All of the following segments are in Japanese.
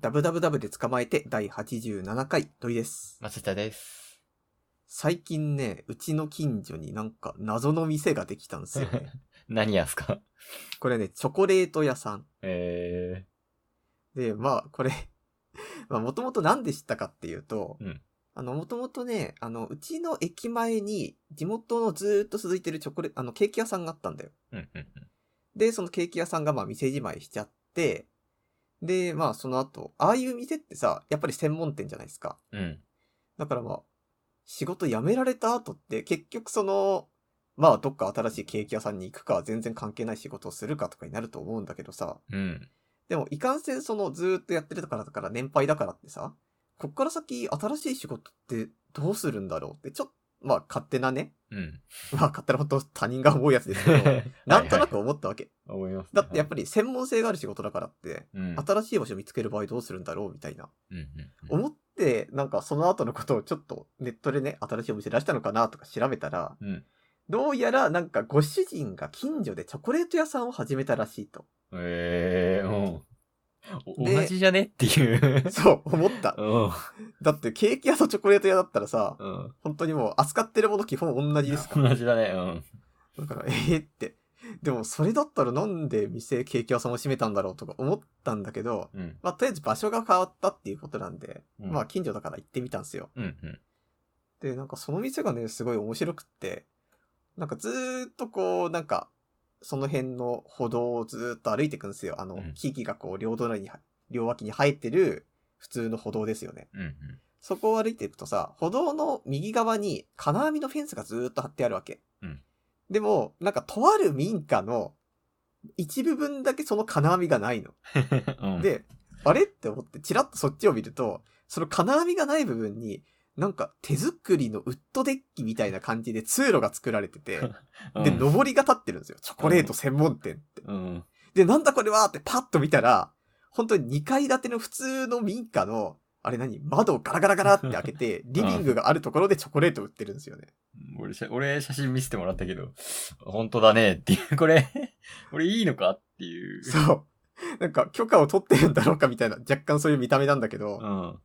ダブダブダブで捕まえて第87回問いです。松下です。最近ね、うちの近所になんか謎の店ができたんですよね。何やすか これね、チョコレート屋さん。えで、まあ、これ、 まあ、もともと何で知ったかっていうと、うんあの、もともとね、あの、うちの駅前に地元のずーっと続いてるチョコレ、あの、ケーキ屋さんがあったんだよ。ー、うんうんで、そのケーキ屋さんがまあ店じまいしちゃって、で、まあその後、ああいう店ってさ、やっぱり専門店じゃないですか。うん。うん。だからまあ、仕事辞められた後って結局その、まあどっか新しいケーキ屋さんに行くか、全然関係ない仕事をするかとかになると思うんだけどさ、うん。でもいかんせんそのずーっとやってるからだから年配だからってさ、こっから先新しい仕事ってどうするんだろうって、ちょっと、まあ勝手なね、 うん。まあ勝手なこと他人が思うやつです けど、なんとなくはいはい思ったわけ。思いますね。だってやっぱり専門性がある仕事だからって、り、うん。新しい場所見つける場合どうするんだろうみたいな。うんうんうん、思って、なんかその後のことをちょっとネットでね、新しいお店出したのかなとか調べたら、うんどうやらなんかご主人が近所でチョコレート屋さんを始めたらしいと。 えー、うん。おで同じじゃねってい う。そう、思った。うん。だってケーキ屋とチョコレート屋だったらさ、うん。本当にもう扱ってるもの基本同じですから。同じだね。うん。だから、えー、って。でもそれだったらなんで店ケーキ屋さんを閉めたんだろうとか思ったんだけど、うん。まあ、とりあえず場所が変わったっていうことなんで、うんまあ、近所だから行ってみたんですよ。うん。うん。で、なんかその店がね、すごい面白くって、なんかずーっとこう、なんか、その辺の歩道をずーっと歩いていくんですよ。あの、うん木々がこう、両隣に、両脇に生えてる、普通の歩道ですよね。うん。うんそこを歩いていくとさ、歩道の右側に金網のフェンスがずーっと張ってあるわけ。うんでも、なんかとある民家の一部分だけその金網がないの。うん。うん、で、あれって思って、チラッとそっちを見ると、その金網がない部分に、なんか手作りのウッドデッキみたいな感じで通路が作られてて、うん、で、上りが立ってるんですよ。チョコレート専門店って。うん。で、なんだこれはってパッと見たら、本当に2階建ての普通の民家の、あれ何窓をガラガラガラって開けて、リビングがあるところでチョコレート売ってるんですよね。俺写、俺写真見せてもらったけど、本当だねっていう、これ、これいいのかっていう。そう。なんか許可を取ってるんだろうかみたいな、若干そういう見た目なんだけど、うん。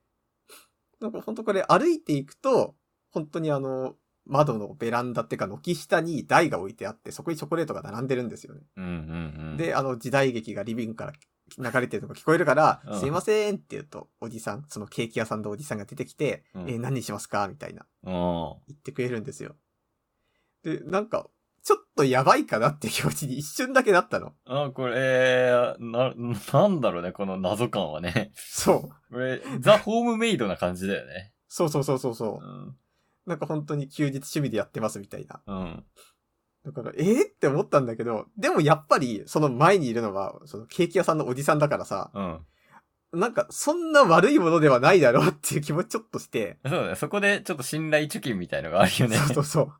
なんか本当これ歩いていくと、本当にあの、窓のベランダっていうか、軒下に台が置いてあって、そこにチョコレートが並んでるんですよね。うんうんうん。で、あの、時代劇がリビングから流れてるのが聞こえるから、うんすいませんって言うと、おじさん、そのケーキ屋さんのおじさんが出てきて、うんえー何にしますかみたいな、うん。言ってくれるんですよ。で、なんか、ちょっとやばいかなって気持ちに一瞬だけなったの。あ、これ、えー、な、なんだろうね、この謎感はね。 そう。これ、ザ・ホームメイドな感じだよね。そうそうそうそうそうう。ん。なんか本当に休日趣味でやってますみたいな。うん。だから、えー、って思ったんだけど、でもやっぱり、その前にいるのは、そのケーキ屋さんのおじさんだからさ、うん。なんか、そんな悪いものではないだろうっていう気持ちちょっとして、そうだね。そこで、ちょっと信頼貯金みたいのがあるよね。そうそうそう。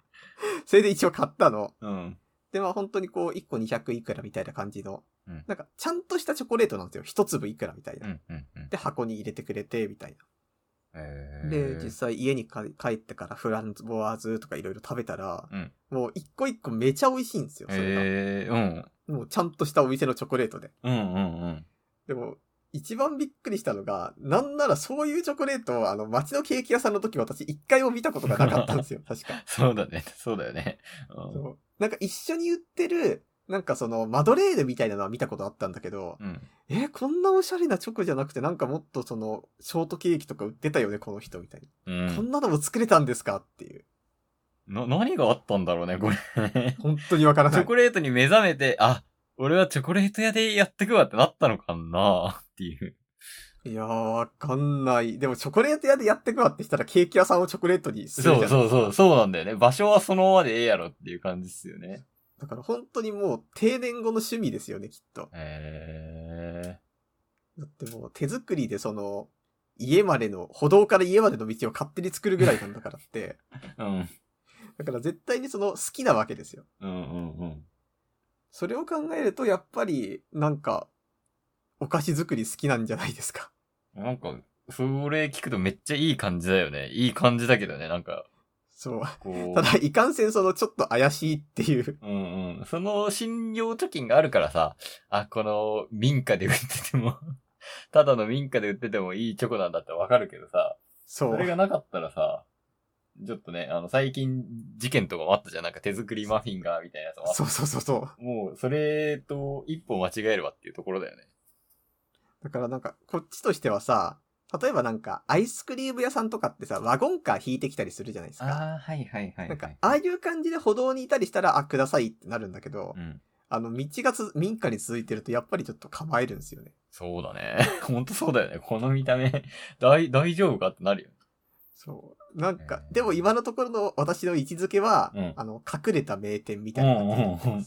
それで一応買ったの。 うん。で、まあ本当にこう、1個200いくらみたいな感じの、うんなんか、ちゃんとしたチョコレートなんですよ。一粒いくらみたいうな。ん、うん、うん。で、箱に入れてくれて、みたいえな。で、実際家にか帰ってからフランボワーズとかいろいろ食べたら、うんもう一個一個めちゃ美味しいんですよ、それが。えー、うん。もうちゃんとしたお店のチョコレートで。うん、うん、うん。でも、一番びっくりしたのが、なんならそういうチョコレートを、あの、街のケーキ屋さんの時私一回も見たことがなかったんです よ、確か。そうだね。そうだよね。うん。そうなんか一緒に売ってる、なんかその、マドレーヌみたいなのは見たことあったんだけど、うん。えーこんなおしゃれなチョコじゃなくて、なんかもっとその、ショートケーキとか売ってたよね、この人みたいに。うこん。んなのも作れたんですかっていう。な、何があったんだろうね、これ。チ本当にわからなョい。コレートに目覚めて、あ、俺はチョコレート屋でやってくわってなったのかなっていう。いやー、わかんない。でもチョコレート屋でやってくわってしたら、ケーキ屋さんをチョコレートにするじゃん。そうそうそう、そうなんだよね。場所はそのままでええやろっていう感じっすよね。だから本当にもう、定年後の趣味ですよね、きっと。へだってもう手作りでその、家までの、歩道から家までの道を勝手に作るぐらいなんだから って、え。うん。だから絶対にその好きなわけですよ。うんうんうん。それを考えると、やっぱり、なんか、お菓子作り好きなんじゃないですか。なんか、それ聞くとめっちゃいい感じだよね。いい感じだけどね、なんか、そう。こたう。だ、いかんせんその、ちょっと怪しいっていう。うんうん。その信用貯金があるからさ、あ、この民家で売ってても ただの民家で売っててもいいチョコなんだってわかるけどさ、そそうれ。がなかったらさ、ちょっとね、あの、最近事件とかもあったじゃん。なんか手作りマフィンが、みたいなやつもあっそうそうそうそう。もう、それと一歩間違えればっていうところだよね。だからなんか、こっちとしてはさ、例えばなんか、アイスクリーム屋さんとかってさ、ワゴンカー引いてきたりするじゃないですか。あ、はいはいはなんか、ああいう感じで歩道にいたりしたら、あ、くださいってなるんだけど、うん。あの、道がつ民家に続いてると、やっぱりちょっと構えるんですよね。そうだね。 ほんとそうだよね。この見た目、 大、大丈夫かってなるよ。そう。なんか、えーでも今のところの私の位置づけは、うんあの、隠れた名店みたいな感じになってます。うんうんうん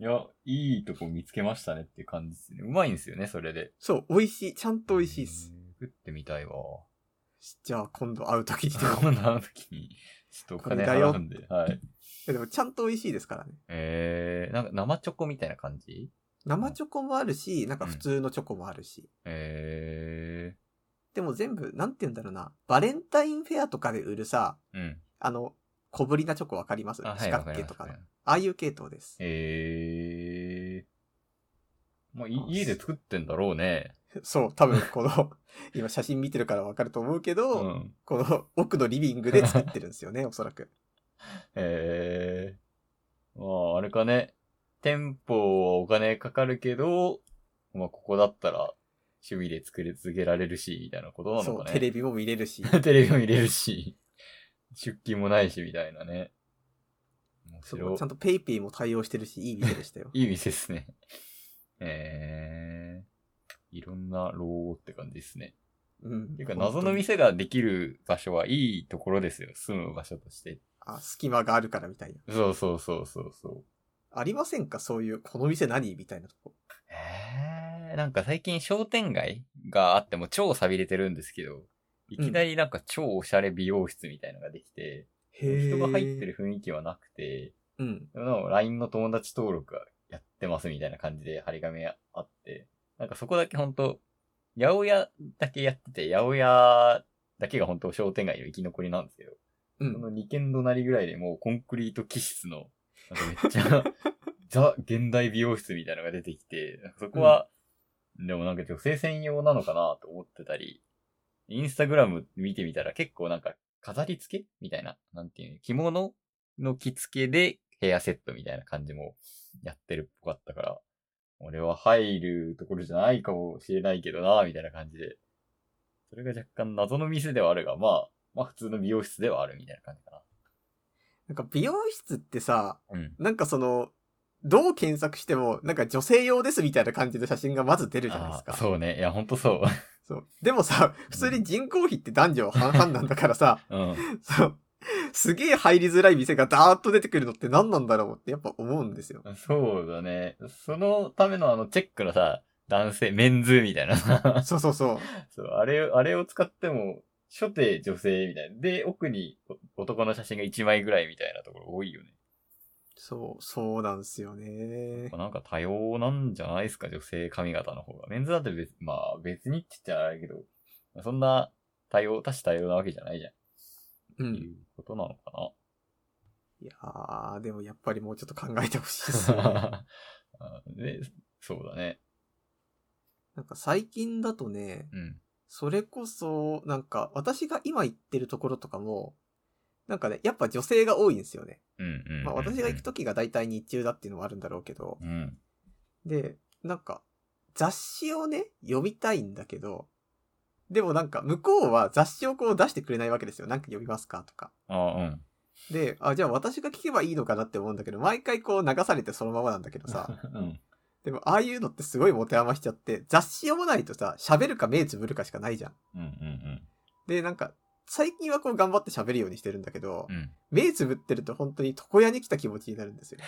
いや、いいとこ見つけましたねっていう感じですね。うまいんですよね、それで。そう、美味しい。ちゃんと美味しいです。うん。食ってみたいわ。じゃあ今度会う時にでも。 こんな時に、ちょっとお金払うんで。はい。いやでもちゃんと美味しいですからね。えー、なんか生チョコみたいな感じ生チョコもあるし、なんか普通のチョコもあるし。えでも全部、なんて言うんだろうな。バレンタインフェアとかで売るさ、ー、うん。あの、小ぶりなチョコわかりますあ、は四い、わ角かり形まとすかの。ねあ。あいう系統です。えー。まあ、いあ家で作ってんだろうね。そう、多分この、今写真見てるからわかると思うけうど、ん。この奥のリビングで作ってるんですよ ね、おそらく。えー。まあ、あれかね。店舗はお金かかるけど、まあ、ここだったら趣味で作り続けられるし、みたいなことなのそう、かね。テレビも見れるし。ビ。 テレビも入れるし、出勤もないし、みたいなね。面そ白うい。ちゃんとペイペイも対応してるし、いい店でしたよいい店ですね。えー。いろんな老後って感じですね。うん。ていうか、謎の店ができる場所はいいところですよ。住む場所として。あ、隙間があるからみたいな。そうそうそうそうそう。ありませんかそういう、この店何みたいなとこ。えー、なんか最近商店街があっても超錆びれてるんですけど、いきなりなんか超おしゃれ美容室みたいのができて、へー人が入ってる。雰囲気はなくて、うん。でもなんか LINE の友達登録がやってますみたいな感じで張り紙があって、なんかそこだけほんと、八百屋だけやってて、八百屋だけが本当商店街の生き残りなんですけど、うこん。の2軒隣ぐらいでもうコンクリート気質の、なんかめっちゃ、ザ、現代美容室みたいなのが出てきて、なんかそこは、でもなんか女性専用なのかなと思ってたり、インスタグラム見てみたら結構なんか飾り付けみたいな、なんていうの、着物の着付けでヘアセットみたいな感じもやってるっぽかったから、俺は入るところじゃないかもしれないけどな、みたいな感じで。それが若干謎の店ではあるが、まあ、まあ普通の美容室ではあるみたいな感じかな。なんか美容室ってさ、うん。なんかその、どう検索しても、なんか女性用ですみたいな感じの写真がまず出るじゃないですか。あーそうそうね。いや、ほんとそう。 でもさ、普通に人口比って男女半々なんだから さ、うん。そう。 すげえ入りづらい店がダーッと出てくるのって何なんだろうってやっぱ思うんですよ。そうだね。そのためのあの、チェックのさ、男性、メンズみたいな さそうそうそう。そう、あれを、あれを使っても、初手女性みたいな。で、奥にお男の写真が1枚ぐらいみたいなところ多いよね。そう、そうなんですよね。まあなんか多様なんじゃないですか、女性髪型の方が。メンズだって別、まあ別にって言っちゃあれだけど、そんな多様、多種多様なわけじゃないじゃん。うっていん。うことなのかな。 いやー、でもやっぱりもうちょっと考えてほしいです よね。あで、そうだね。なんか最近だとね、うん。それこそ、なんか私が今行ってるところとかも、なんかね、やっぱ女性が多いんですよね。うんうんうんうん。まあ私が行くときが大体日中だっていうのもあるんだろうけど。うん。で、なんか、雑誌をね、読みたいんだけど、でもなんか、向こうは雑誌をこう出してくれないわけですよ。なんか読みますかとか。あうん。で、あ、じゃあ私が聞けばいいのかなって思うんだけど、毎回こう流されてそのままなんだけど さ。うん。でも、ああいうのってすごい持て余しちゃって、雑誌読まないとさ、喋るか目つぶるかしかないじゃん。うんうんで、なんか、最近はこう頑張って喋るようにしてるんだけどうん。う、ん。目つぶってると本当に床屋に来た気持ちになるんですよ。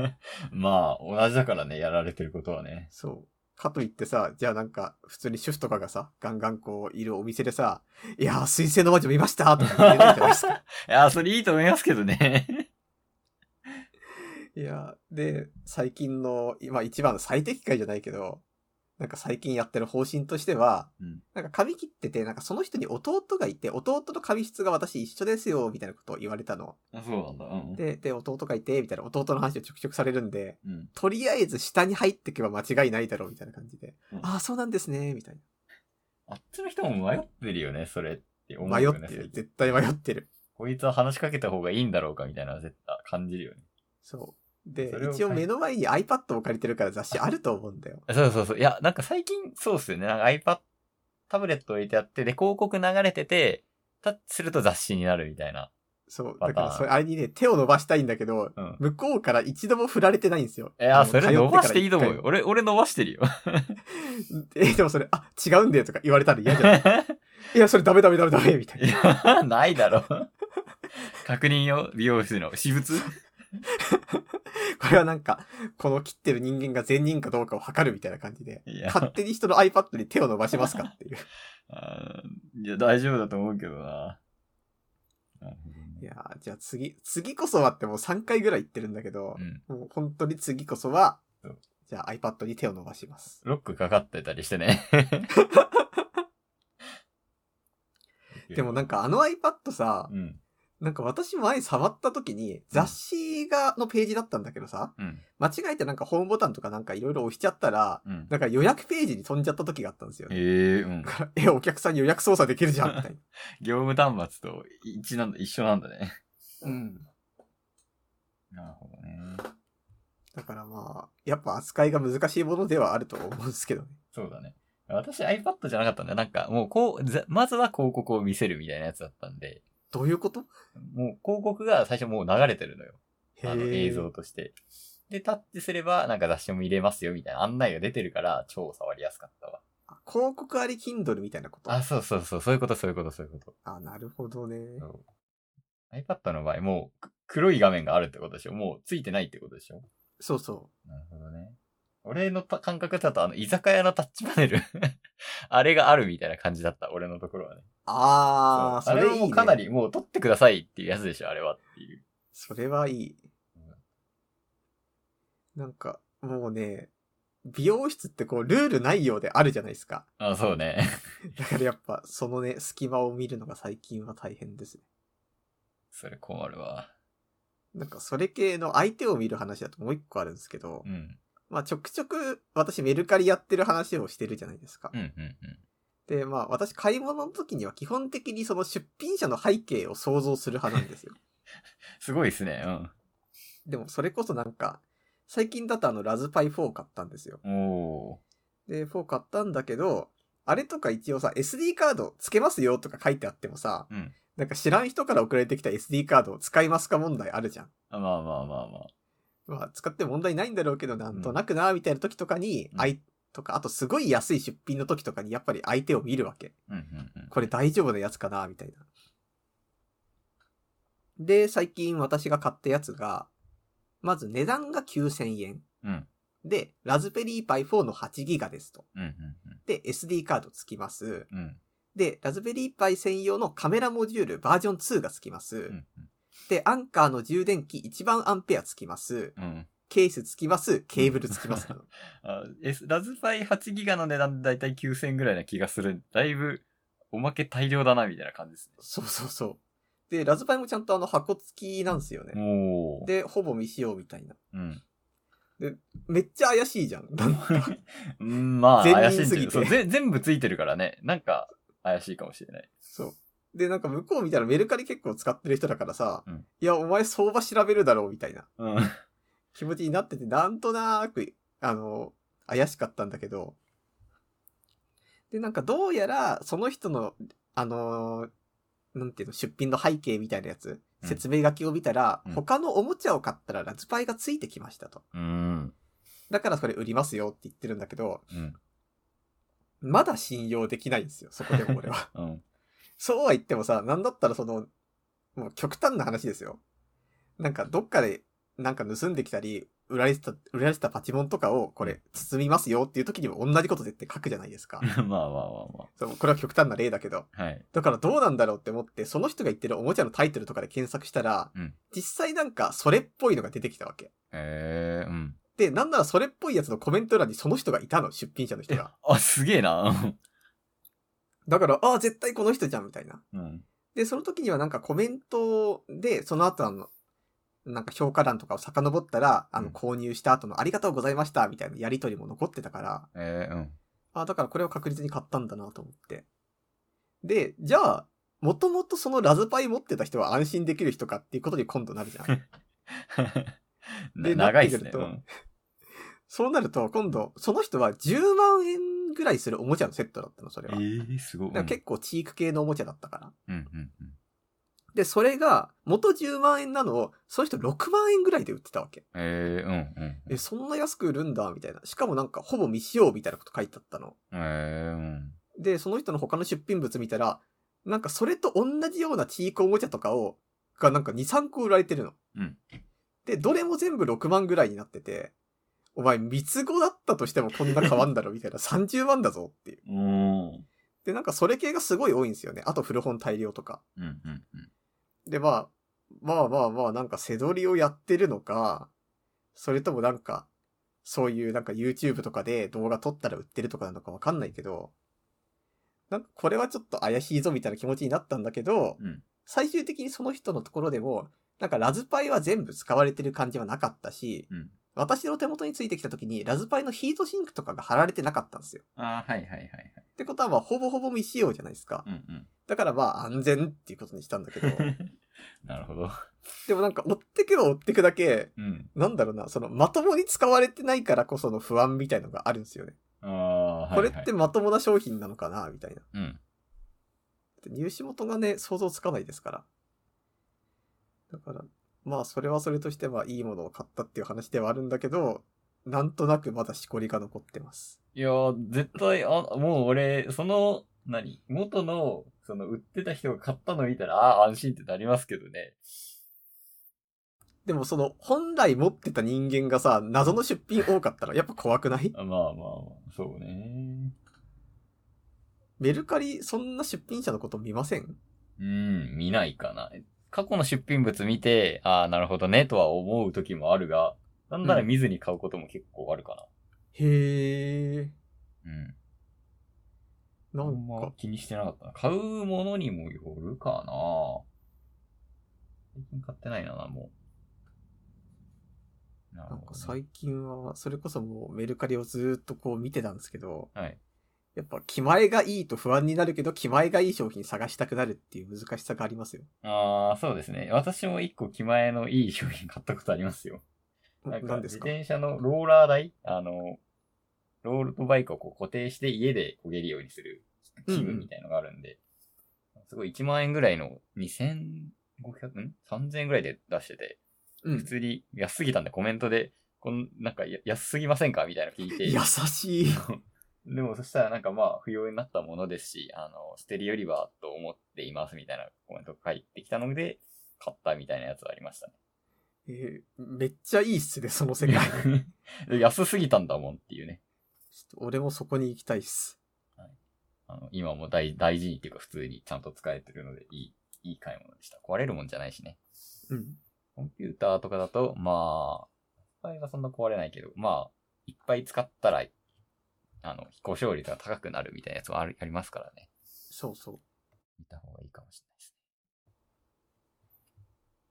まあ、同じだからね、やられてることはね。そう。かといってさ、じゃあなんか、普通に主婦とかがさ、ガンガンこう、いるお店でさ、いやー、水星の魔女見ましたとか言ってないじゃない ですか。いや、それいいと思いますけどね。 いやー、で、最近の、今一番の最適解じゃないけど、なんか最近やってる方針としては、うんなんか髪切ってて、なんかその人に弟がいて、弟と髪質が私一緒ですよ、みたいなことを言われたの。あ、 そうなんだ。うん。で、で、弟がいて、みたいな弟の話をちょくちょくされるんで、うん。とりあえず下に入ってけば間違いないだろう、みたいな感じで。うんああ、そうなんですね、みたいあっちの人も迷ってるよね、それって思な。う迷っよてね。る。最近絶対迷ってる。こいつは話しかけた方がいいんだろうかみたいな、絶対感じるよね。そう。でそれを、一応目の前に iPad を借りてるから雑誌あると思うんだよ。そうそうそう。いや、なんか最近そうっすよね。なんか iPad、タブレット置いてあって、で、広告流れてて、タッチすると雑誌になるみたいな。そう。パターだンから、それ、あれにね、手を伸ばしたいんだけど、うん。向こうから一度も振られてないんですよ。いや、あのそれ伸ばしていいと思う。通よっ。俺、俺伸ばしてるよ。てから一回え、でもそれ、あ、違うんだよとか言われたら嫌じゃないい や、それダメダメダメダメ、みたいいな。や、ないだろ。確認よ、美容室の。私物これはなんか、この切ってる人間が善人かどうかを測るみたいな感じで、いや、勝手に人の iPad に手を伸ばしますかっていう。 あーいや大丈夫だと思うけどな。なるほいどねやーじゃあ次、次こそはってもう3回ぐらい言ってるんだけどう、ん。もう本当に次こそはうん、じゃあ iPad に手を伸ばします。ロックかかってたりしてね。でもなんかあの iPad さう、ん。なんか私前触った時に雑誌が、のページだったんだけどさ、うん。間違えてなんかホームボタンとかなんかいろいろ押しちゃったら、うん。なんか予約ページに飛んじゃった時があったんですよえね。えうんだ。から え、お客さん予約操作できるじゃん、み たいな。業務端末と一なんだ一緒なんだね。うん。なるほどね。だからまあ、やっぱ扱いが難しいものではあると思うんですけどね。そうだね。私 iPad じゃなかったんだよ。なんかもうこう、ざまずは広告を見せるみたいなやつだったんで、どういうこともう広告が最初もう流れてるのよ。あのへー映像として。で、タッチすればなんか雑誌も入れますよみたいな案内が出てるから超触りやすかったわ。あ広告あり Kindle みたいなことあ、そうそうそう、そういうことそういうことそういうこと。あ、なるほどねそ。う iPad の場合もうく黒い画面があるってことでしょもうついてないってことでしょそうそなるほどね。俺のた感覚だと、あの、居酒屋のタッチパネル。 あれがあるみたいな感じだった、俺のところはね。う。ああ、そうそあれれい、はいもね。うかな。り、もう撮ってくださいっていうやつでしょ、あれはっていう。それはいいうん。なんか、もうね、美容室ってこう、ルールないようであるじゃないですか。あ、そうね。 だからやっぱ、そのね、隙間を見るのが最近は大変ですね。それ困るわ。なんか、それ系の相手を見る話だともう一個あるんですけどう、ん。まあ、ちょくちょく、私メルカリやってる話をしてるじゃないですかう。ん、うん、うん。で、まあ、私買い物の時には基本的にその出品者の背景を想像する派なんです よ。すごいですね。でもそれこそなんか、最近だとあのラズパイ4買ったんですよ。うん。おで、4買ったんだけど、あれとか一応さ、SD カードつけますよとか書いてあってもさ、ー。うん。なんか知らん人から送られてきた SD カードを使いますか問題あるじゃん。あまあまあまあまあ。まあ、使っても問題ないんだろうけど、なんとなくな、みたいな時とかに、うんあい、とか、あとすごい安い出品の時とかにやっぱり相手を見るわけ。うん、うん、うん。これ大丈夫なやつかなみたいな。で、最近私が買ったやつが、まず値段が9000円。うん、で、ラズベリーパイ4の8ギガですと。うん、で、SD カードつきます。うん、うん。で、ラズベリーパイ専用のカメラモジュールバージョン2がつきます。うん、で、アンカーの充電器1番アンペアつきます。うん。うん。ケースつきます。ケーブルつきます。あ、S、ラズパイ8ギガの値段でだいたい9000ぐらいな気がする。だいぶ、おまけ大量だな、みたいな感じですそうそうそう。で、ラズパイもちゃんとあの箱付きなんですよね。ね。おお。で、ほぼ未使用みたいな。うん。めっちゃ怪しいじゃん。なんかう ん、まあ、全員怪しいんすだけぎどてそうぜ全部ついてるからね。なんか、怪しいかもしれない。そう。で、なんか向こう見たらメルカリ結構使ってる人だからさ、うんいや、お前相場調べるだろうみたいなうん。気持ちになってて、なんとなーく、あの、怪しかったんだけど、で、なんかどうやら、その人の、あのーなんていうの、出品の背景みたいなやつ、うん説明書きを見たら、うん他のおもちゃを買ったらラズパイがついてきましたと。うん。だからそれ売りますよって言ってるんだけど、うん。まだ信用できないんですよ、そこでも俺は。うん。 そうは言ってもさ、なんだったらその、もう極端な話ですよ。なんかどっかで、なんか盗んできたり、売られてた、売られてたパチモンとかを、これ、包みますよっていう時にも同じこと絶対書くじゃないですかま。あまあまあそう、これは極端な例だけど。まあ。はい。だからどうなんだろうって思って、その人が言ってるおもちゃのタイトルとかで検索したら、うん実際なんかそれっぽいのが出てきたわけ。ええー、うん。で、なんならそれっぽいやつのコメント欄にその人がいたの、出品者の人が。あ、すげえな。だから、ああ、絶対この人じゃん、みたいな。うん。で、その時にはなんかコメントで、その後あの、なんか評価欄とかを遡ったら、あうの、ん購入した後のありがとうございました、みたいなやりとりも残ってたから、えー、うん。ああ、だからこれは確実に買ったんだなと思って。で、じゃあ、もともとそのラズパイ持ってた人は安心できる人かっていうことに今度なるじゃん。 な で長いでなすねっ。てうくるとんそうなると、今度、その人は10万円ぐらいするおもちゃのセットだったの、それえは。ー、すごい。だから結構チーク系のおもちゃだったから。うんうんうんで、それが、元10万円なのを、その人6万円ぐらいで売ってたわけ。えー、うんうん。え、そんな安く売るんだ、みたいな。しかもなんか、ほぼ未使用みたいなこと書いてあったの。えー、うん。で、その人の他の出品物見たら、なんかそれと同じようなチークおもちゃとかを、がなんか2、3個売られてるの。うんで、どれも全部6万ぐらいになってて、お前、三つ子だったとしてもこんな変わんだろ、みたい な。30万だぞっていう。うん。で、なんかそれ系がすごい多いんですよね。あと古本大量とか。うんうんうん。で、まあ、まあまあまあ、なんか背取りをやってるのか、それともなんか、そういうなんか YouTube とかで動画撮ったら売ってるとかなのかわかんないけど、なんかこれはちょっと怪しいぞみたいな気持ちになったんだけど、うん最終的にその人のところでも、なんかラズパイは全部使われてる感じはなかったし、うん私の手元についてきた時にラズパイのヒートシンクとかが貼られてなかったんですよ。あーはいはいはいはい。ってことはまあほぼほぼ未使用じゃないですか。うんうん。だからまあ安全っていうことにしたんだ けど、 なるほど。でもなんか追ってけば追ってくだけ、うん。なんだろうな、そのまともに使われてないからこその不安みたいのがあるんですよね。ああ、これってまともな商品なのかなみたいな。うん。入手元がね、想像つかないですから。だから、まあそれはそれとしてはいいものを買ったっていう話ではあるんだけど、なんとなくまだしこりが残ってます。いやー、絶対、あ、もう俺、その、何元の、その、売ってた人が買ったの見たら、ああー、安心ってなりますけどね。でもその本来持ってた人間がさ、謎の出品多かったらやっぱ怖くないあまあまあまあ、そうね。メルカリそんな出品者のこと見ませんうん、見ないかな。過去の出品物見て、ああ、なるほどね、とは思う時もあるが、なんなら見ずに買うことも結構あるかへえ。なな。うん。あんんまか、気にしてなかったな。買うものにもよるかな。最近買ってないな、もう。なるなんかほどね、最近は、それこそもうメルカリをずーっとこう見てたんですけど、はい。やっぱ気前がいいと不安になるけど、気前がいい商品探したくなるっていう難しさがありますよ。ああ、そうですね。私も一個気前のいい商品買ったことありますよ。なんか何で自すか転車のローラー台あの、ロールとバイクをこう固定して家で焦げるようにする器具みたいのがあるんで、すごい1万円ぐらいの2500、ん ?3000 円ぐらいで出してて、う普ん。通に安すぎたんでコメントで、こんなんかや安すぎませんかみたいなの聞いて。優しい。 でもそしたらなんかまあ不要になったものですし、あの、捨てるよりはと思っていますみたいなコメントが返ってきたので、買ったみたいなやつはありましたね。えーめっちゃいいっすね、その世 界。ちょ安すぎたんだもんっていうね。っと俺もそこに行きたいっす。あの今も大大事にっていうか普通にちゃんと使えてるのでいい、いい買い物でした。壊れるもんじゃないしね。うん。コンピューターとかだと、まあ、場合はそんな壊れないけど、まあ、いっぱい使ったら、あの、非故障率が高くなるみたいなやつはあるありますからね。そうそう。見た方がいいかもしれないですね。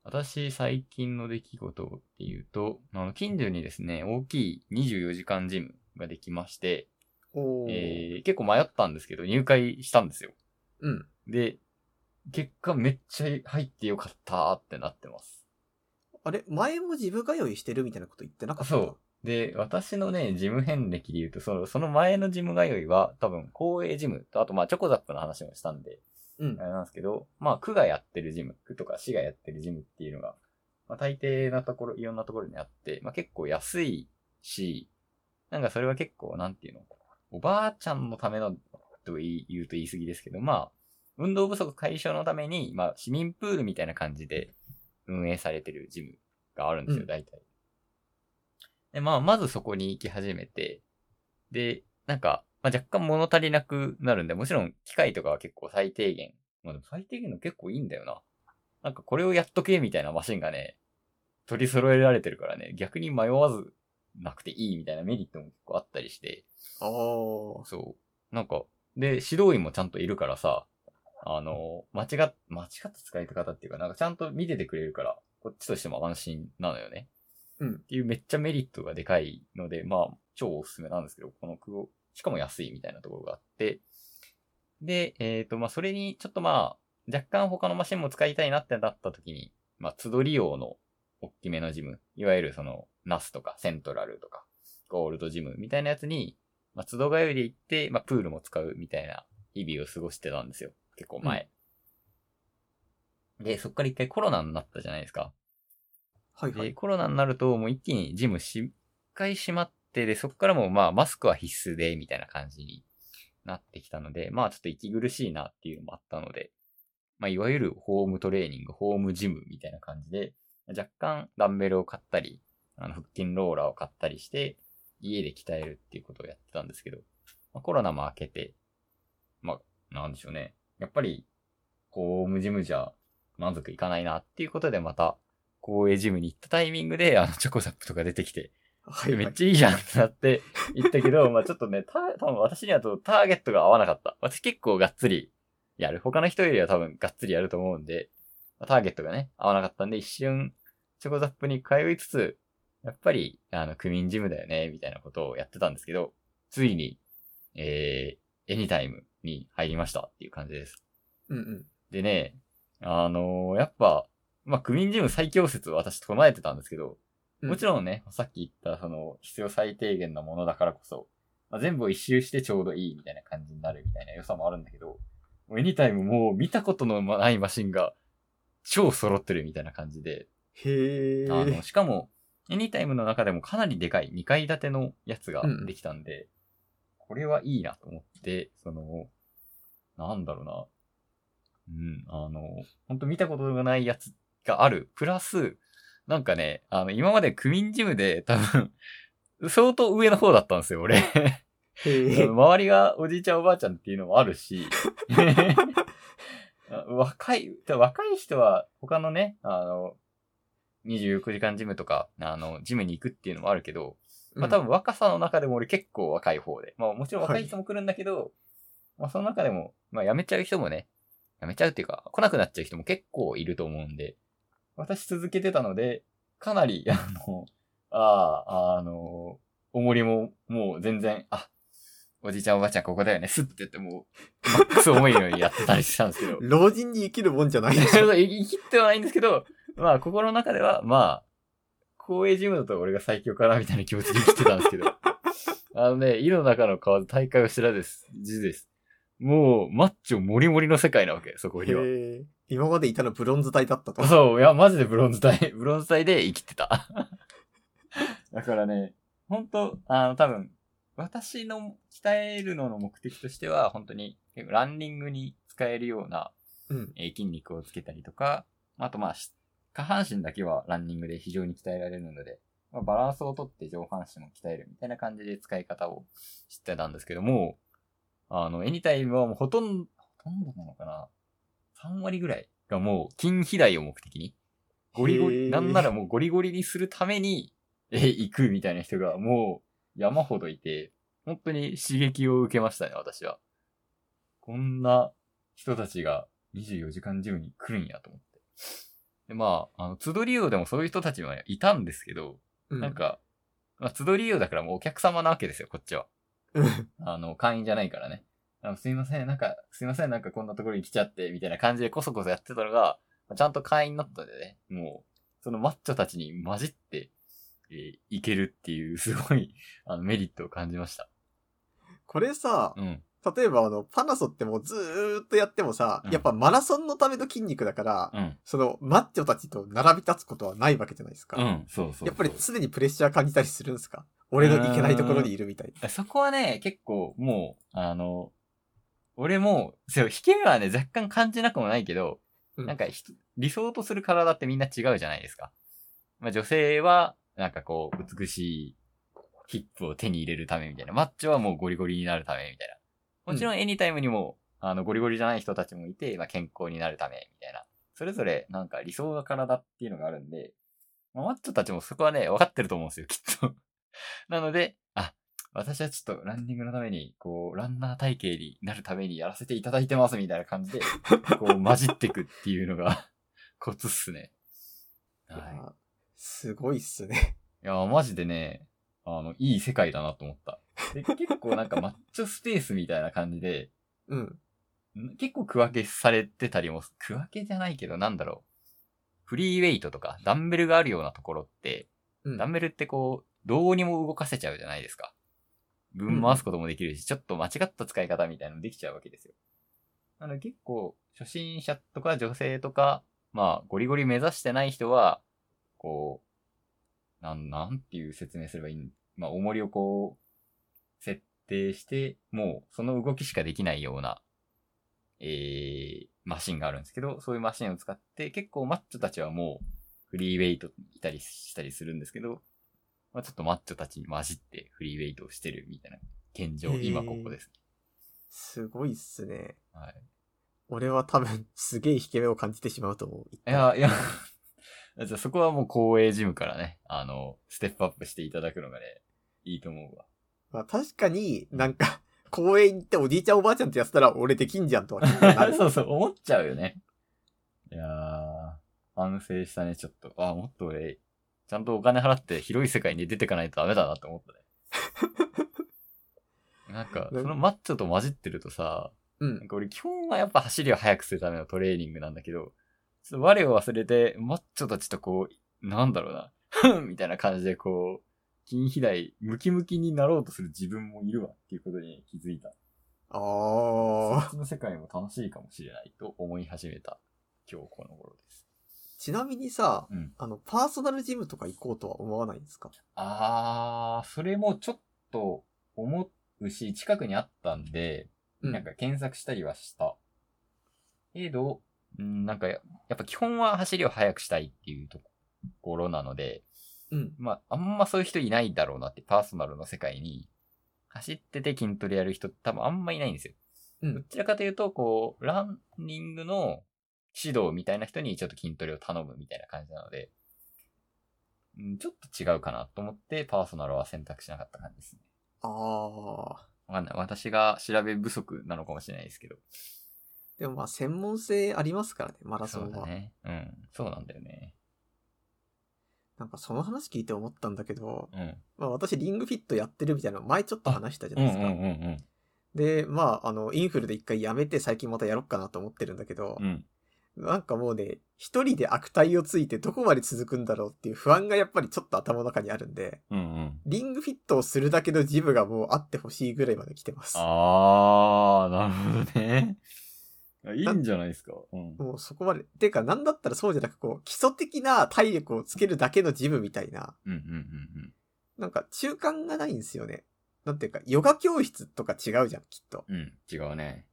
私、最近の出来事っていうと、あの、近所にですね、大きい24時間ジムができまして、おー。えー結構迷ったんですけど、入会したんですよ。うん。で、結果めっちゃ入ってよかったってなってます。あれ前も自分通いしてるみたいなこと言ってなかったそで、私のね、事務遍歴で言うと、その、その前のジム通いは、多分、公営ジムと、あと、まあ、チョコザップの話もしたんで、う。うんあ。れなんですけど、まあ、区がやってるジム、区とか市がやってるジムっていうのが、まあ、大抵なところ、いろんなところにあって、まあ、結構安いし、なんかそれは結構、なんていうの、おばあちゃんのための、と言い言うと言い過ぎですけど、まあ、運動不足解消のために、まあ、市民プールみたいな感じで運営されてるジムがあるんですうよ、ん大体。で、まあ、まずそこに行き始めて、で、なんか、まあ、若干物足りなくなるんで、もちろん機械とかは結構最低限。まあ、でも最低限の結構いいんだよな。なんかこれをやっとけみたいなマシンがね、取り揃えられてるからね、逆に迷わずなくていいみたいなメリットも結構あったりして、あー。そう。なんか、で、指導員もちゃんといるからさ、あの、間違っ、間違った使い方っていうか、なんかちゃんと見ててくれるから、こっちとしても安心なのよね。うんっていうめっちゃメリットがでかいので、まあ、超おすすめなんですけど、このクオ、しかも安いみたいなところがあって、で、えっ、と、まあ、それに、ちょっとまあ、若干他のマシンも使いたいなってなった時に、まあ、都度利用の大きめのジム、いわゆるその、ナスとかセントラルとか、ゴールドジムみたいなやつに、まあ、都度がより行って、まあ、プールも使うみたいな日々を過ごしてたんですよ。結構前。で、そっから一回コロナになったじゃないですか。はいはで、い。コロナになると、もう一気にジムし一回閉まって、で、そっからもうまあ、マスクは必須で、みたいな感じになってきたので、まあ、ちょっと息苦しいなっていうのもあったので、まあ、いわゆるホームトレーニング、ホームジムみたいな感じで、若干ダンベルを買ったり、あの、腹筋ローラーを買ったりして、家で鍛えるっていうことをやってたんですけど、まあ、コロナも明けて、まあ、なんでしょうね。やっぱり、ホームジムじゃ満足いかないなっていうことでまた、公営ジムに行ったタイミングで、あの、チョコザップとか出てきて、はいはい。めっちゃいいじゃんってなって 行ったけど、まあちょっとね、た多分私にはとターゲットが合わなかった。私結構がっつりやる。他の人よりは多分がっつりやると思うんで、まあターゲットがね、合わなかったんで、一瞬、チョコザップに通いつつ、やっぱり、あの、区民ジムだよね、みたいなことをやってたんですけど、ついに、えー、エニタイムに入りましたっていう感じです。うんうん。でね、あのーやっぱ、まあ、区民ジム最強説を私唱えてたんですけど、うんもちろんね、さっき言った、その、必要最低限のものだからこそ、まあ、全部を一周してちょうどいいみたいな感じになるみたいな良さもあるんだけど、もうエニタイムもう見たことのないマシンが超揃ってるみたいな感じで、へえ。あの、しかも、エニタイムの中でもかなりでかい2階建てのやつができたんで、これはいいなと思って、その、なんだろうな。うん、あの、ほんと見たことがないやつがある。プラス、なんかね、あの、今まで区民ジムで多分、相当上の方だったんですよ、俺。へえ。 周りがおじいちゃんおばあちゃんっていうのもあるし、 若い、若い人は他のね、あの、29時間ジムとか、あの、ジムに行くっていうのもあるけど、まあ多分若さの中でも俺結構若い方で、まあもちろん若い人も来るんだけど、まあその中でも、まあ辞めちゃう人もね、辞めちゃうっていうか、来なくなっちゃう人も結構いると思うんで、私続けてたので、かなり、あの、ああ、あの、重りももう全然、あ、おじいちゃんおばあちゃんここだよね、スッて言ってもう、マックス重いのにやってたりしたんですけ どう、ん老人に生きるもんじゃないでしょ。 そう生きってはないんですけど、まあ、心の中では、まあ、公営ジムだと俺が最強かな、みたいな気持ちで生きてたんですけど。あのね、井の中の川で大会を知らです。字です。もう、マッチョモリモリの世界なわけ、そこには。へえ。今までいたのブロンズ体だったと。そう、いや、マジでブロンズ体、ブロンズ体で生きてた。だからね、本当あの、多分、私の鍛えるのの目的としては、本当に、ランニングに使えるような、うん。えー筋肉をつけたりとか、あとまあ、し下半身だけはランニングで非常に鍛えられるので、まあ、バランスをとって上半身も鍛えるみたいな感じで使い方を知ってたんですけども、あの、エニタイムはもうほとんど、ほとんどなのかな ?3 割ぐらいがもう筋肥大を目的に、ゴリゴへリ、ーなんならもうゴリゴリにするために、えー、行くみたいな人がもう山ほどいて、本当に刺激を受けましたね、私は。こんな人たちが24時間ジムに来るんやと思って。で、まあ、あの、都度利用でもそういう人たちはいたんですけど、うなん、か、まあ、都度利用だからもうお客様なわけですよ、こっちは。うんあの、会員じゃないからね。あのすいません、なんか、すいません、なんかこんなところに来ちゃって、みたいな感じでこそこそやってたのが、まあちゃんと会員になったんでね、もう、そのマッチョたちに混じって、えーいけるっていう、すごい、あの、メリットを感じました。これさ、うん。例えばあの、パナソってもうずーっとやってもさう、んやっぱマラソンのための筋肉だから、うん。その、マッチョたちと並び立つことはないわけじゃないですか。うん、そうそうそうやっぱり常にプレッシャー感じたりするんですか俺のいけないところにいるみたいな。そこはね、結構もう、あの、俺も、そう、引け目はね、若干感じなくもないけど、うんなんかひ、理想とする体ってみんな違うじゃないですか。まあ、女性は、なんかこう、美しいヒップを手に入れるためみたいな。マッチョはもうゴリゴリになるためみたいな。もちろんエニタイムにも、あの、ゴリゴリじゃない人たちもいて、まあ、健康になるためみたいな。それぞれ、なんか理想の体っていうのがあるんで、まあマッチョたちもそこはね、分かってると思うんですよ、きっと。なので、あ、私はちょっとランニングのために、こう、ランナー体系になるためにやらせていただいてますみたいな感じで、こう、混じってくっていうのが、 コツっすね。はいい。やすごいっすね。 いやー、マジでね、あの、いい世界だなと思った。で結構なんかマッチョスペースみたいな感じで、うん。ん結構区分けされてたりも、区分けじゃないけど、なんだろう。フリーウェイトとか、ダンベルがあるようなところって、うんダンベルってこう、どうにも動かせちゃうじゃないですか。分回すこともできるし、ちょっと間違った使い方みたいなのできちゃうわけですよ。なので結構、初心者とか女性とか、まあ、ゴリゴリ目指してない人は、こう、なん、なんていう説明すればいいんまあ、重りをこう、設定して、もう、その動きしかできないような、えー、マシンがあるんですけど、そういうマシンを使って、結構マッチョたちはもう、フリーウェイトいたりしたりするんですけど、まあ、ちょっとマッチョたちに混じってフリーウェイトをしてるみたいな現状、へー今ここです。すごいっすね。はい。俺は多分、すげえ引け目を感じてしまうと思う。いや、い や、じゃあそこはもう公営ジムからね、あの、ステップアップしていただくのがね、いいと思うわ。まあ確かになんか、公園行っておじいちゃんおばあちゃんってやってたら俺できんじゃんとは結構なる。 そうそう、思っちゃうよね。いやー、反省したね、ちょっと。あ、もっと俺、ちゃんとお金払って広い世界に出てかないとダメだなと思ったね。 なんか、そのマッチョと混じってるとさ、うなんん。か俺基本はやっぱ走りを速くするためのトレーニングなんだけど、ちょっと我を忘れて、マッチョたちとこう、なんだろうな、ふんみたいな感じでこう、筋肥大、ムキムキになろうとする自分もいるわっていうことに気づいた。あそーっちの世界も楽しいかもしれないと思い始めた今日この頃です。ちなみにさ、うん。あの、パーソナルジムとか行こうとは思わないんですかあー、それもちょっと思うし、近くにあったんで、うん。なんか検索したりはした。けど、うん、なんかや、やっぱ基本は走りを速くしたいっていうところなので、うん。まあ、あんまそういう人いないだろうなって、パーソナルの世界に、走ってて筋トレやる人って多分あんまいないんですよ。うんどちらかというと、こう、ランニングの指導みたいな人にちょっと筋トレを頼むみたいな感じなので、うん、ちょっと違うかなと思って、パーソナルは選択しなかった感じですね。ああ。わかんない。私が調べ不足なのかもしれないですけど。でもまあ専門性ありますからね、マラソそうンだは。ね。うん。そうなんだよね。なんかその話聞いて思ったんだけど、うん。まあ私リングフィットやってるみたいなの前ちょっと話したじゃうなんいうですんか。うんで、まああの、インフルで一回やめて最近またやろっかなと思ってるんだけど、うん。うん。なんかもうね、一人で悪態をついてどこまで続くんだろうっていう不安がやっぱりちょっと頭の中にあるんで、うんうん。リングフィットをするだけのジムがもうあってほしいぐらいまで来てます。あー、なるほどね。いいんじゃないですか。うん。もうそこまで。てか、なんだったらそうじゃなく、こう、基礎的な体力をつけるだけのジムみたいな、うんうんうんなんか中間がないんですよね。なんていうか、ヨガ教室とか違うじゃん、きっと。うん。うん。違うね。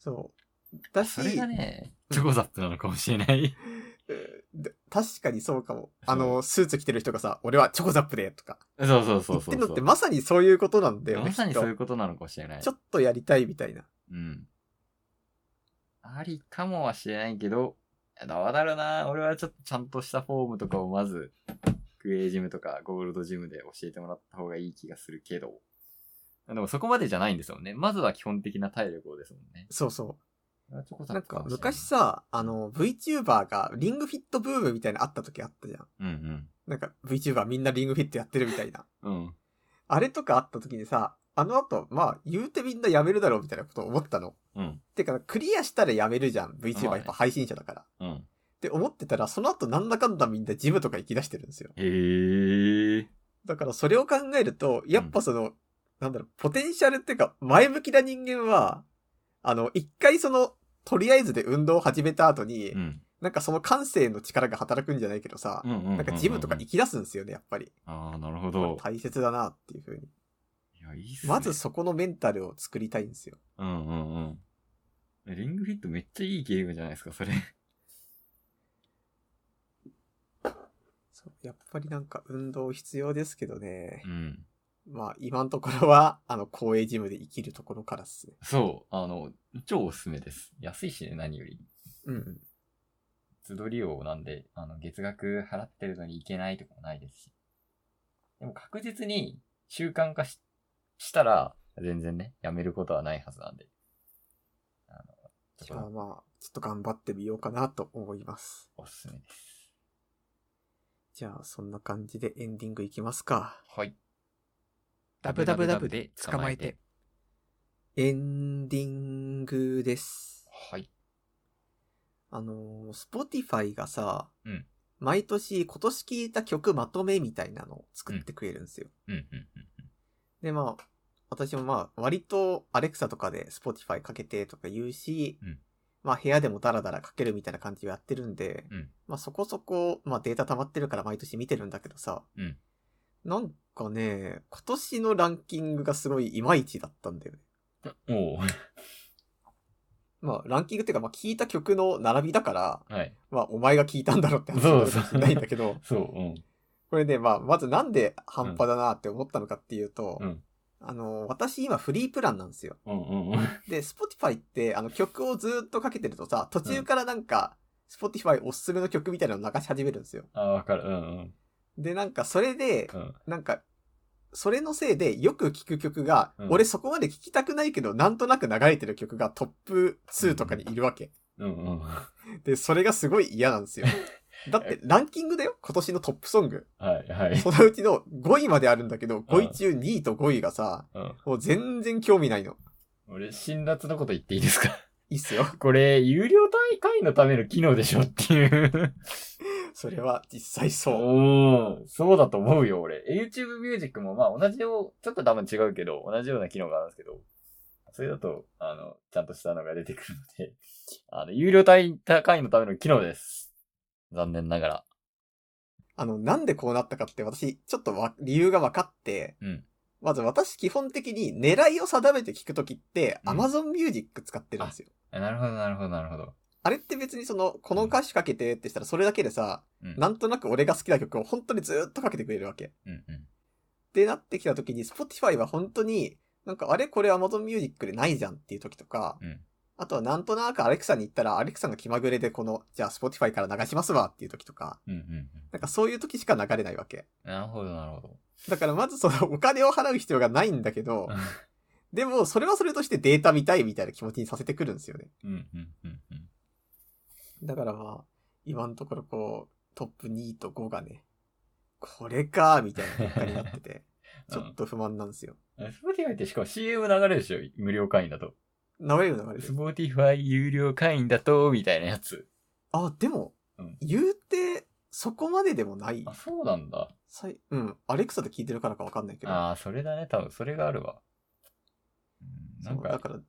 そう。だし、それがね、チョコザップなのかもしれない。うんで確かにそうかも。あの、スーツ着てる人がさ、俺はチョコザップで、とか。そうそうそ言うそうってんのそってう。まさにそういうことなんだよね。まさにきっとそういうことなのかもしれないち。ょっとやりたいみたいな。うん。ありかもはしれないけど、いやどうだろうな。俺はちょっとちゃんとしたフォームとかをまず、クエイジムとかゴールドジムで教えてもらった方がいい気がするけど。でもそこまでじゃないんですもんね。まずは基本的な体力をですもんね。そうそそれはチョコう。ザなッんプもかしれい昔、さ、あの、VTuber がリングフィットブームみたいなのあった時あったじゃん。うんなんか VTuber みんなリングフィットやってるみたいな。うん。うん。あれとかあった時にさ、あの後、まあ、言うてみんなやめるだろうみたいなこと思ったの。うん。てか、クリアしたらやめるじゃん。ま VTuber やあねっぱ配信者だから。っうん。て思ってたら、その後なんだかんだみんなジムとか行き出してるんですよ。へー。だからそれを考えると、やっぱその、なんだろう、ポテンシャルっていうか、前向きな人間は、あの、一回その、とりあえずで運動を始めた後に、うん。なんかその感性の力が働くんじゃないけどさう、んうんうん。なんかジムとか行き出すんですよね、やっぱり。ああ、なるほど。大切だなっていうふうに。いや、いいっすね。まずそこのメンタルを作りたいんですよ。うんうんうん。リングフィットめっちゃいいゲームじゃないです か、それ。そうやっぱりなんか運動必要ですけどねう。ん。まあ今のところは、あの、公営ジムで生きるところからっすね。そう、あの、超おすすめです。安いしね、何より。うんうん。都度利用なんで、あの、月額払ってるのに行けないとかもないですし。でも確実に、習慣化ししたら、全然ね、やめることはないはずなんで。あの、じちょゃっあとまあ、ちょっと頑張ってみようかなと思います。おすすめです。じゃあ、そんな感じでエンディングいきますか。はい。ダブダブダブで捕まえて。エンディングです。はい。あのー、Spotify がさ、うん毎年今年聴いた曲まとめみたいなのを作ってくれるんですよ。うんうんうんで、まあ、私もまあ、割と Alexa とかで Spotify かけてとか言うし、うんまあ、部屋でもダラダラかけるみたいな感じをやってるんで、うん。うん。まあ、そこそこ、まあ、データ溜まってるから毎年見てるんだけどさ、うんなんかね、今年のランキングがすごいいまいちだったんだよね。おーまあ、ランキングっていうか、まあ、聴いた曲の並びだから、 はい。まあ、お前が聴いたんだろうって話そうはそうしないんだけど、そう、うん。これね、まあ、まずなんで半端だなって思ったのかっていうと、うんあの、私今フリープランなんですよ。うんうんうん。で、Spotify って、あの、曲をずーっとかけてるとさ、途中からなんか、Spotify おすすめの曲みたいなのを流し始めるんですよ。ああ、わかる。うんうん。で、なんか、それで、うん。なんか、それのせいでよく聴く曲が、うん俺そこまで聴きたくないけど、なんとなく流れてる曲がトップ2とかにいるわけ。うんうん。で、それがすごい嫌なんで すよ。だって、ランキングだよ今年のトップソング。はいはい。そのうちの5位まであるんだけど、5位中2位と5位がさ、うん。もう全然興味ないの。俺、辛辣なこと言っていいですか いいっすよ。 これ、有料大会のための機能でしょっていう。それは実際そう。うん。そうだと思うよ、俺。YouTube Music もまあ同じよう、ちょっと多分違うけど、同じような機能があるんですけど、それだと、あの、ちゃんとしたのが出てくるので、あの、有料大会のための機能です。残念ながら。あの、なんでこうなったかって私、ちょっとわ理由が分かって、うんまず私基本的に狙いを定めて聞くときって、うん Amazon Music 使ってるんですよ。あなるほど、なるほど、なるほど。あれって別にその、この歌手かけてってしたらそれだけでさ、うん。なんとなく俺が好きな曲を本当にずーっとかけてくれるわけ。うんうん。ってなってきた時に Spotify は本当になんかあれこれ Amazon Music でないじゃんっていう時とか、うんあとはなんとなく Alexa に行ったら Alexa が気まぐれでこのじゃあ Spotify から流しますわっていう時とか、うんうんなんかそういう時しか流れないわけ。うん。なるほど、なるほど。だからまずそのお金を払う必要がないんだけど、でもそれはそれとしてデータ見たいみたいな気持ちにさせてくるんですよね。うんうんうんうん。だからまあ、今のところこうトップ2と5がね、これかーみたいな結果になって て、ちょっと不満なんですよ。スポティファイってしかも CM 流れるでしょ無料会員だと。流れる流れるス。ポティファイ有料会員だと、みたいなやつ。あ、でも、うん言うて、そこまででもないあ、。そうなんだ。さいうん、アレクサで聞いてるからかわかんないけど。ああ、それだね。多分、それがあるわ。うんそなうんだか、から、うん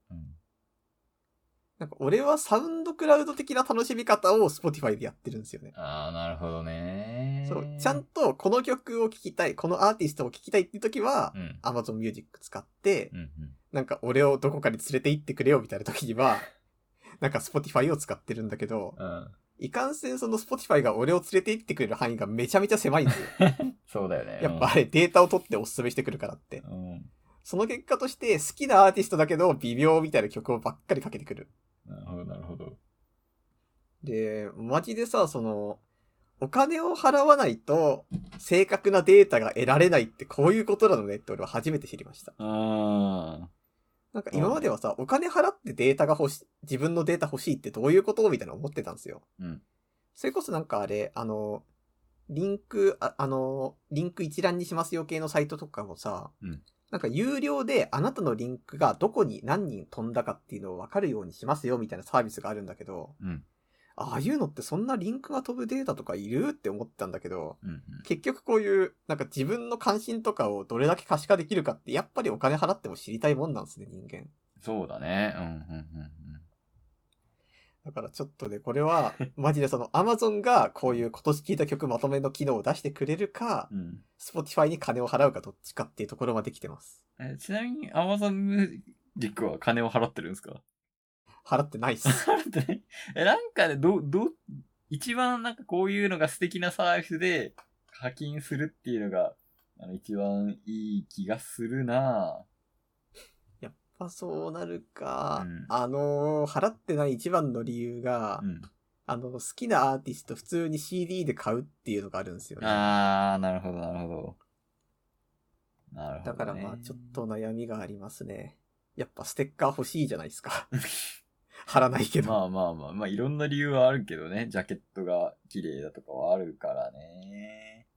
なんか俺はサウンドクラウド的な楽しみ方を Spotify でやってるんですよね。ああ、なるほどね。そう、ちゃんとこの曲を聴きたい、このアーティストを聴きたいっていう時はう、ん。 Amazon Music 使って、うんうん。なんか俺をどこかに連れて行ってくれよみたいな時には、なんか Spotify を使ってるんだけど、うん。いかんせんその Spotify が俺を連れて行ってくれる範囲がめちゃめちゃ狭いんですよ。そうだよね。やっぱあれデータを取っておすすめしてくるからって。うん。うん。その結果として好きなアーティストだけど微妙みたいな曲をばっかりかけてくる。なるほど、なるほど。で、マジでさ、その、お金を払わないと正確なデータが得られないってこういうことなのねって俺は初めて知りました。あなんか今まではさ、お金払ってデータが欲しい、自分のデータ欲しいってどういうことみたいな思ってたんですよ。うんそれこそなんかあれ、あの、リンク、ああの、リンク一覧にしますよ系のサイトとかもさ、うんなんか有料であなたのリンクがどこに何人飛んだかっていうのをわかるようにしますよみたいなサービスがあるんだけど、あ。うん。ああいうのってそんなリンクが飛ぶデータとかいるって思ってたんだけど、うんうん。結局こういう、なんか自分の関心とかをどれだけ可視化できるかって、やっぱりお金払っても知りたいもんなんですね、人間。そうだね。うん、うん、だからちょっとね、これ は、マジでその Amazon がこういう今年聴いた曲まとめの機能を出してくれるかう、ん、うん。 Spotify に金を払うかどっちかっていうところまで来てます。えちなみに、Amazon Music は金を払ってるんですか払って ないっす。払ってないえ、なんかね、ど、ど、一番なんかこういうのが素敵なサービスで課金するっていうのが、あの、一番いい気がするなやっぱそうなるか。うんあのー払ってない一番の理由が、ぁうん。あの、好きなアーティスト普通に CD で買うっていうのがあるんですよね。あー、なるほど、なるほど。なるほど、だかね。らまあ、ちょっと悩みがありますね。やっぱステッカー欲しいじゃないです か。貼らないけど。まあまあまあ、まあいろんな理由はあるけどね、ジャケットが綺麗だとかはあるからね。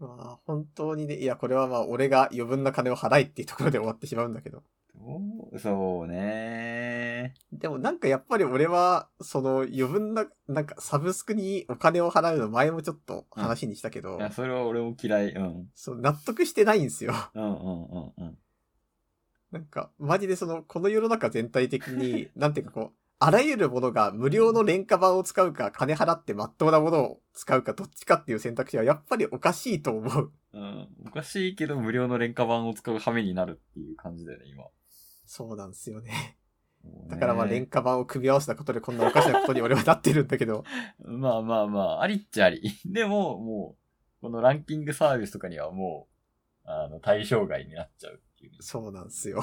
まあ、本当にね、いや、これはまあ、俺が余分な金を払いっていうところで終わってしまうんだけど。どうそうね。でもなんかやっぱり俺は、その余分な、なんかサブスクにお金を払うの前もちょっと話にしたけど、いや、それは俺も嫌い。うん。そう納得してないんですよ。 うんうんうんうん。なんか、マジでその、この世の中全体的に、なんていうかこう、あらゆるものが無料の廉価版を使うか、金払って真っ当なものを使うか、どっちかっていう選択肢はやっぱりおかしいと思う。うん、おかしいけど無料の廉価版を使う羽目になるっていう感じだよね、今。そうなんですよね。もうね だからまあ廉価版を組み合わせたことでこんなおかしなことに俺はなってるんだけど、まあまあまあ、ありっちゃあり。 でも、もう、このランキングサービスとかにはもう、あの、対象外になっちゃうっていうね、そうなんですよ。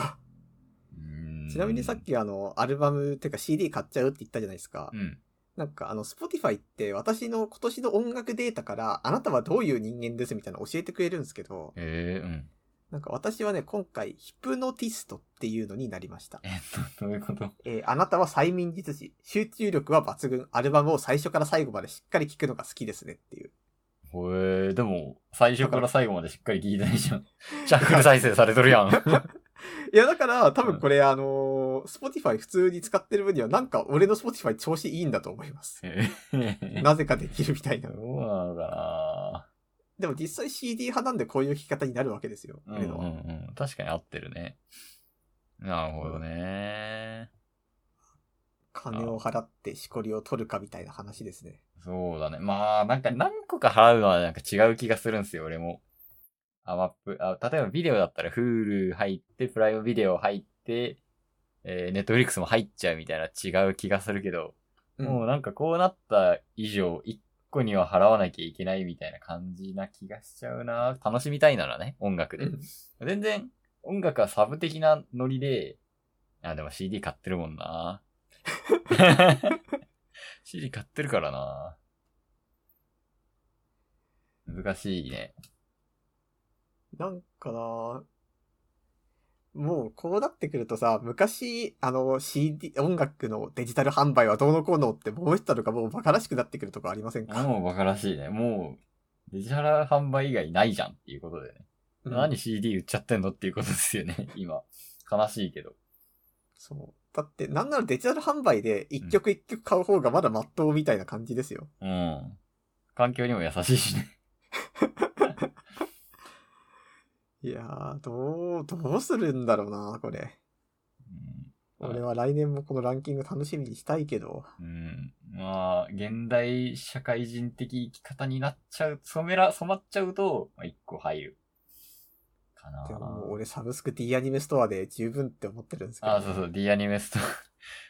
うーんちなみにさっ。きあの、アルバム、てか CD 買っちゃうって言ったじゃないですか。うん。なんかあの、Spotify って私の今年の音楽データから、あなたはどういう人間ですみたいなの教えてくれるんですけど、ええうん。なんか私はね、今回、ヒプノティストっていうのになりました。えっと、どういうことえーあなたは催眠術師、集中力は抜群、アルバムを最初から最後までしっかり聴くのが好きですねっていう。ほえー、でも、最初から最後までしっかり聞いてないじ ゃん。シャッフル再生されとるやん。いや、だから、多分これ、あのー、Spotify 普通に使ってる分には、なんか俺の Spotify 調子いいんだと思います。えーなぜかできるみたいなど。うなのかでも実際 CD 派なんでこういう聴き方になるわけですよ。な俺のうんうんうん。確かに合ってるね。なるほどね。金を払ってしこりを取るかみたいな話ですね。そうだね。まあ、なんか何個か払うのはなんか違う気がするんですよ、俺も。アマップ、あ、例えばビデオだったら Hulu 入って、プライムビデオ入って、えー、Netflix も入っちゃうみたいな違う気がするけど、もうなんかこうなった以上、一個には払わなきゃいけないみたいな感じな気がしちゃうな。楽しみたいならね、音楽で。全然、音楽はサブ的なノリで、あ、でも CD 買ってるもん な。CD 買ってるからな。難しいね。 なんかなもうこうなってくるとさ、昔、あの CD、音楽のデジタル販売はどうのこうのって申したのがもう馬鹿らしくなってくるとこありませんか、もうバカらしいね。もう、デジタル販売以外ないじゃんっていうことでね。うん何 CD 売っちゃってんのっていうことですよね、今。悲しいけど。そう。だって、なんならデジタル販売で一曲一曲買う方がまだまっとうみたいな感じですよ。うん。環境にも優しいしね。いやー、どう、どうするんだろうなこれ。うんはい俺は来年もこのランキング楽しみにしたいけど。うん。まあ、現代社会人的生き方になっちゃう、染めら、染まっちゃうと、まあ、一個入る。かなでももう俺サブスク D アニメストアで十分って思ってるんですけど。あ、そうそう、D アニメスト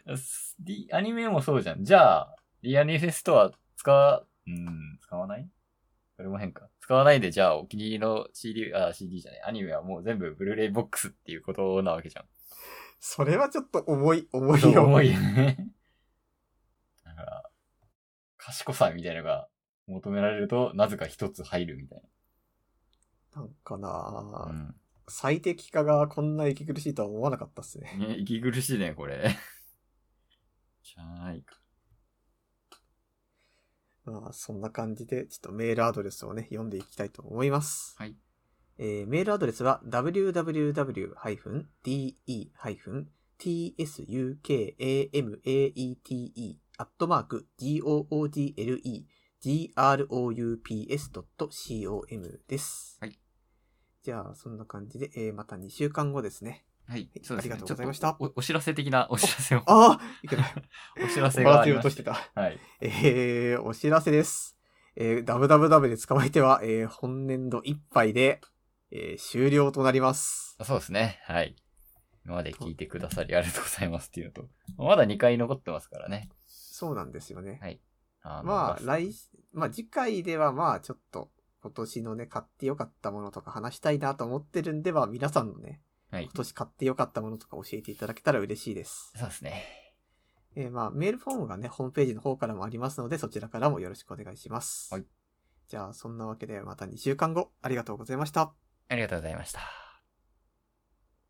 ア。す D アニメもそうじゃん。じゃあ、D アニメストア使、うん、使わないそれも変か。使わないで、じゃあ、お気に入りの CD、あ、CD じゃない、アニメはもう全部ブルーレイボックスっていうことなわけじゃん。それはちょっと重い、重いそうよ。重いよね。だから、賢さみたいなのが求められると、なぜか一つ入るみたいなんかな。な、ぁうん。最適化がこんな息苦しいとは思わなかったっすね。ね息苦しいね、これ。じゃないか。まあ、そんな感じで、ちょっとメールアドレスをね、読んでいきたいと思います。はい。えーメールアドレスは www-tsukamate.google.groups.com です。はい。じゃあ、そんな感じで、えーまた2週間後ですね。はいそうですねありがとうございましたおお知らせ的なお知らせを。ああいけない。 お知らせおがあ話りをま落とし。しててた。はい。えー、お知らせです。えー、ダブダブダブで捕まえては、えー、本年度いっぱいで、えー、終了となります。そうですね。はい。今まで聞いてくださりありがとうございますっていうのと。まだ2回残ってますからね。そうなんですよね。はいあのまあ、来、まあ次回ではまあちょっと、今年のね、買ってよかったものとか話したいなと思ってるんで、まあ皆さんのね、はい今。年買ってよかったものとか教えていただけたら嬉しいです。そうですね。えーまあメールフォームがね、ホームページの方からもありますので、そちらからもよろしくお願いします。はい。じゃあ、そんなわけでまた2週間後、ありがとうございました。ありがとうございました。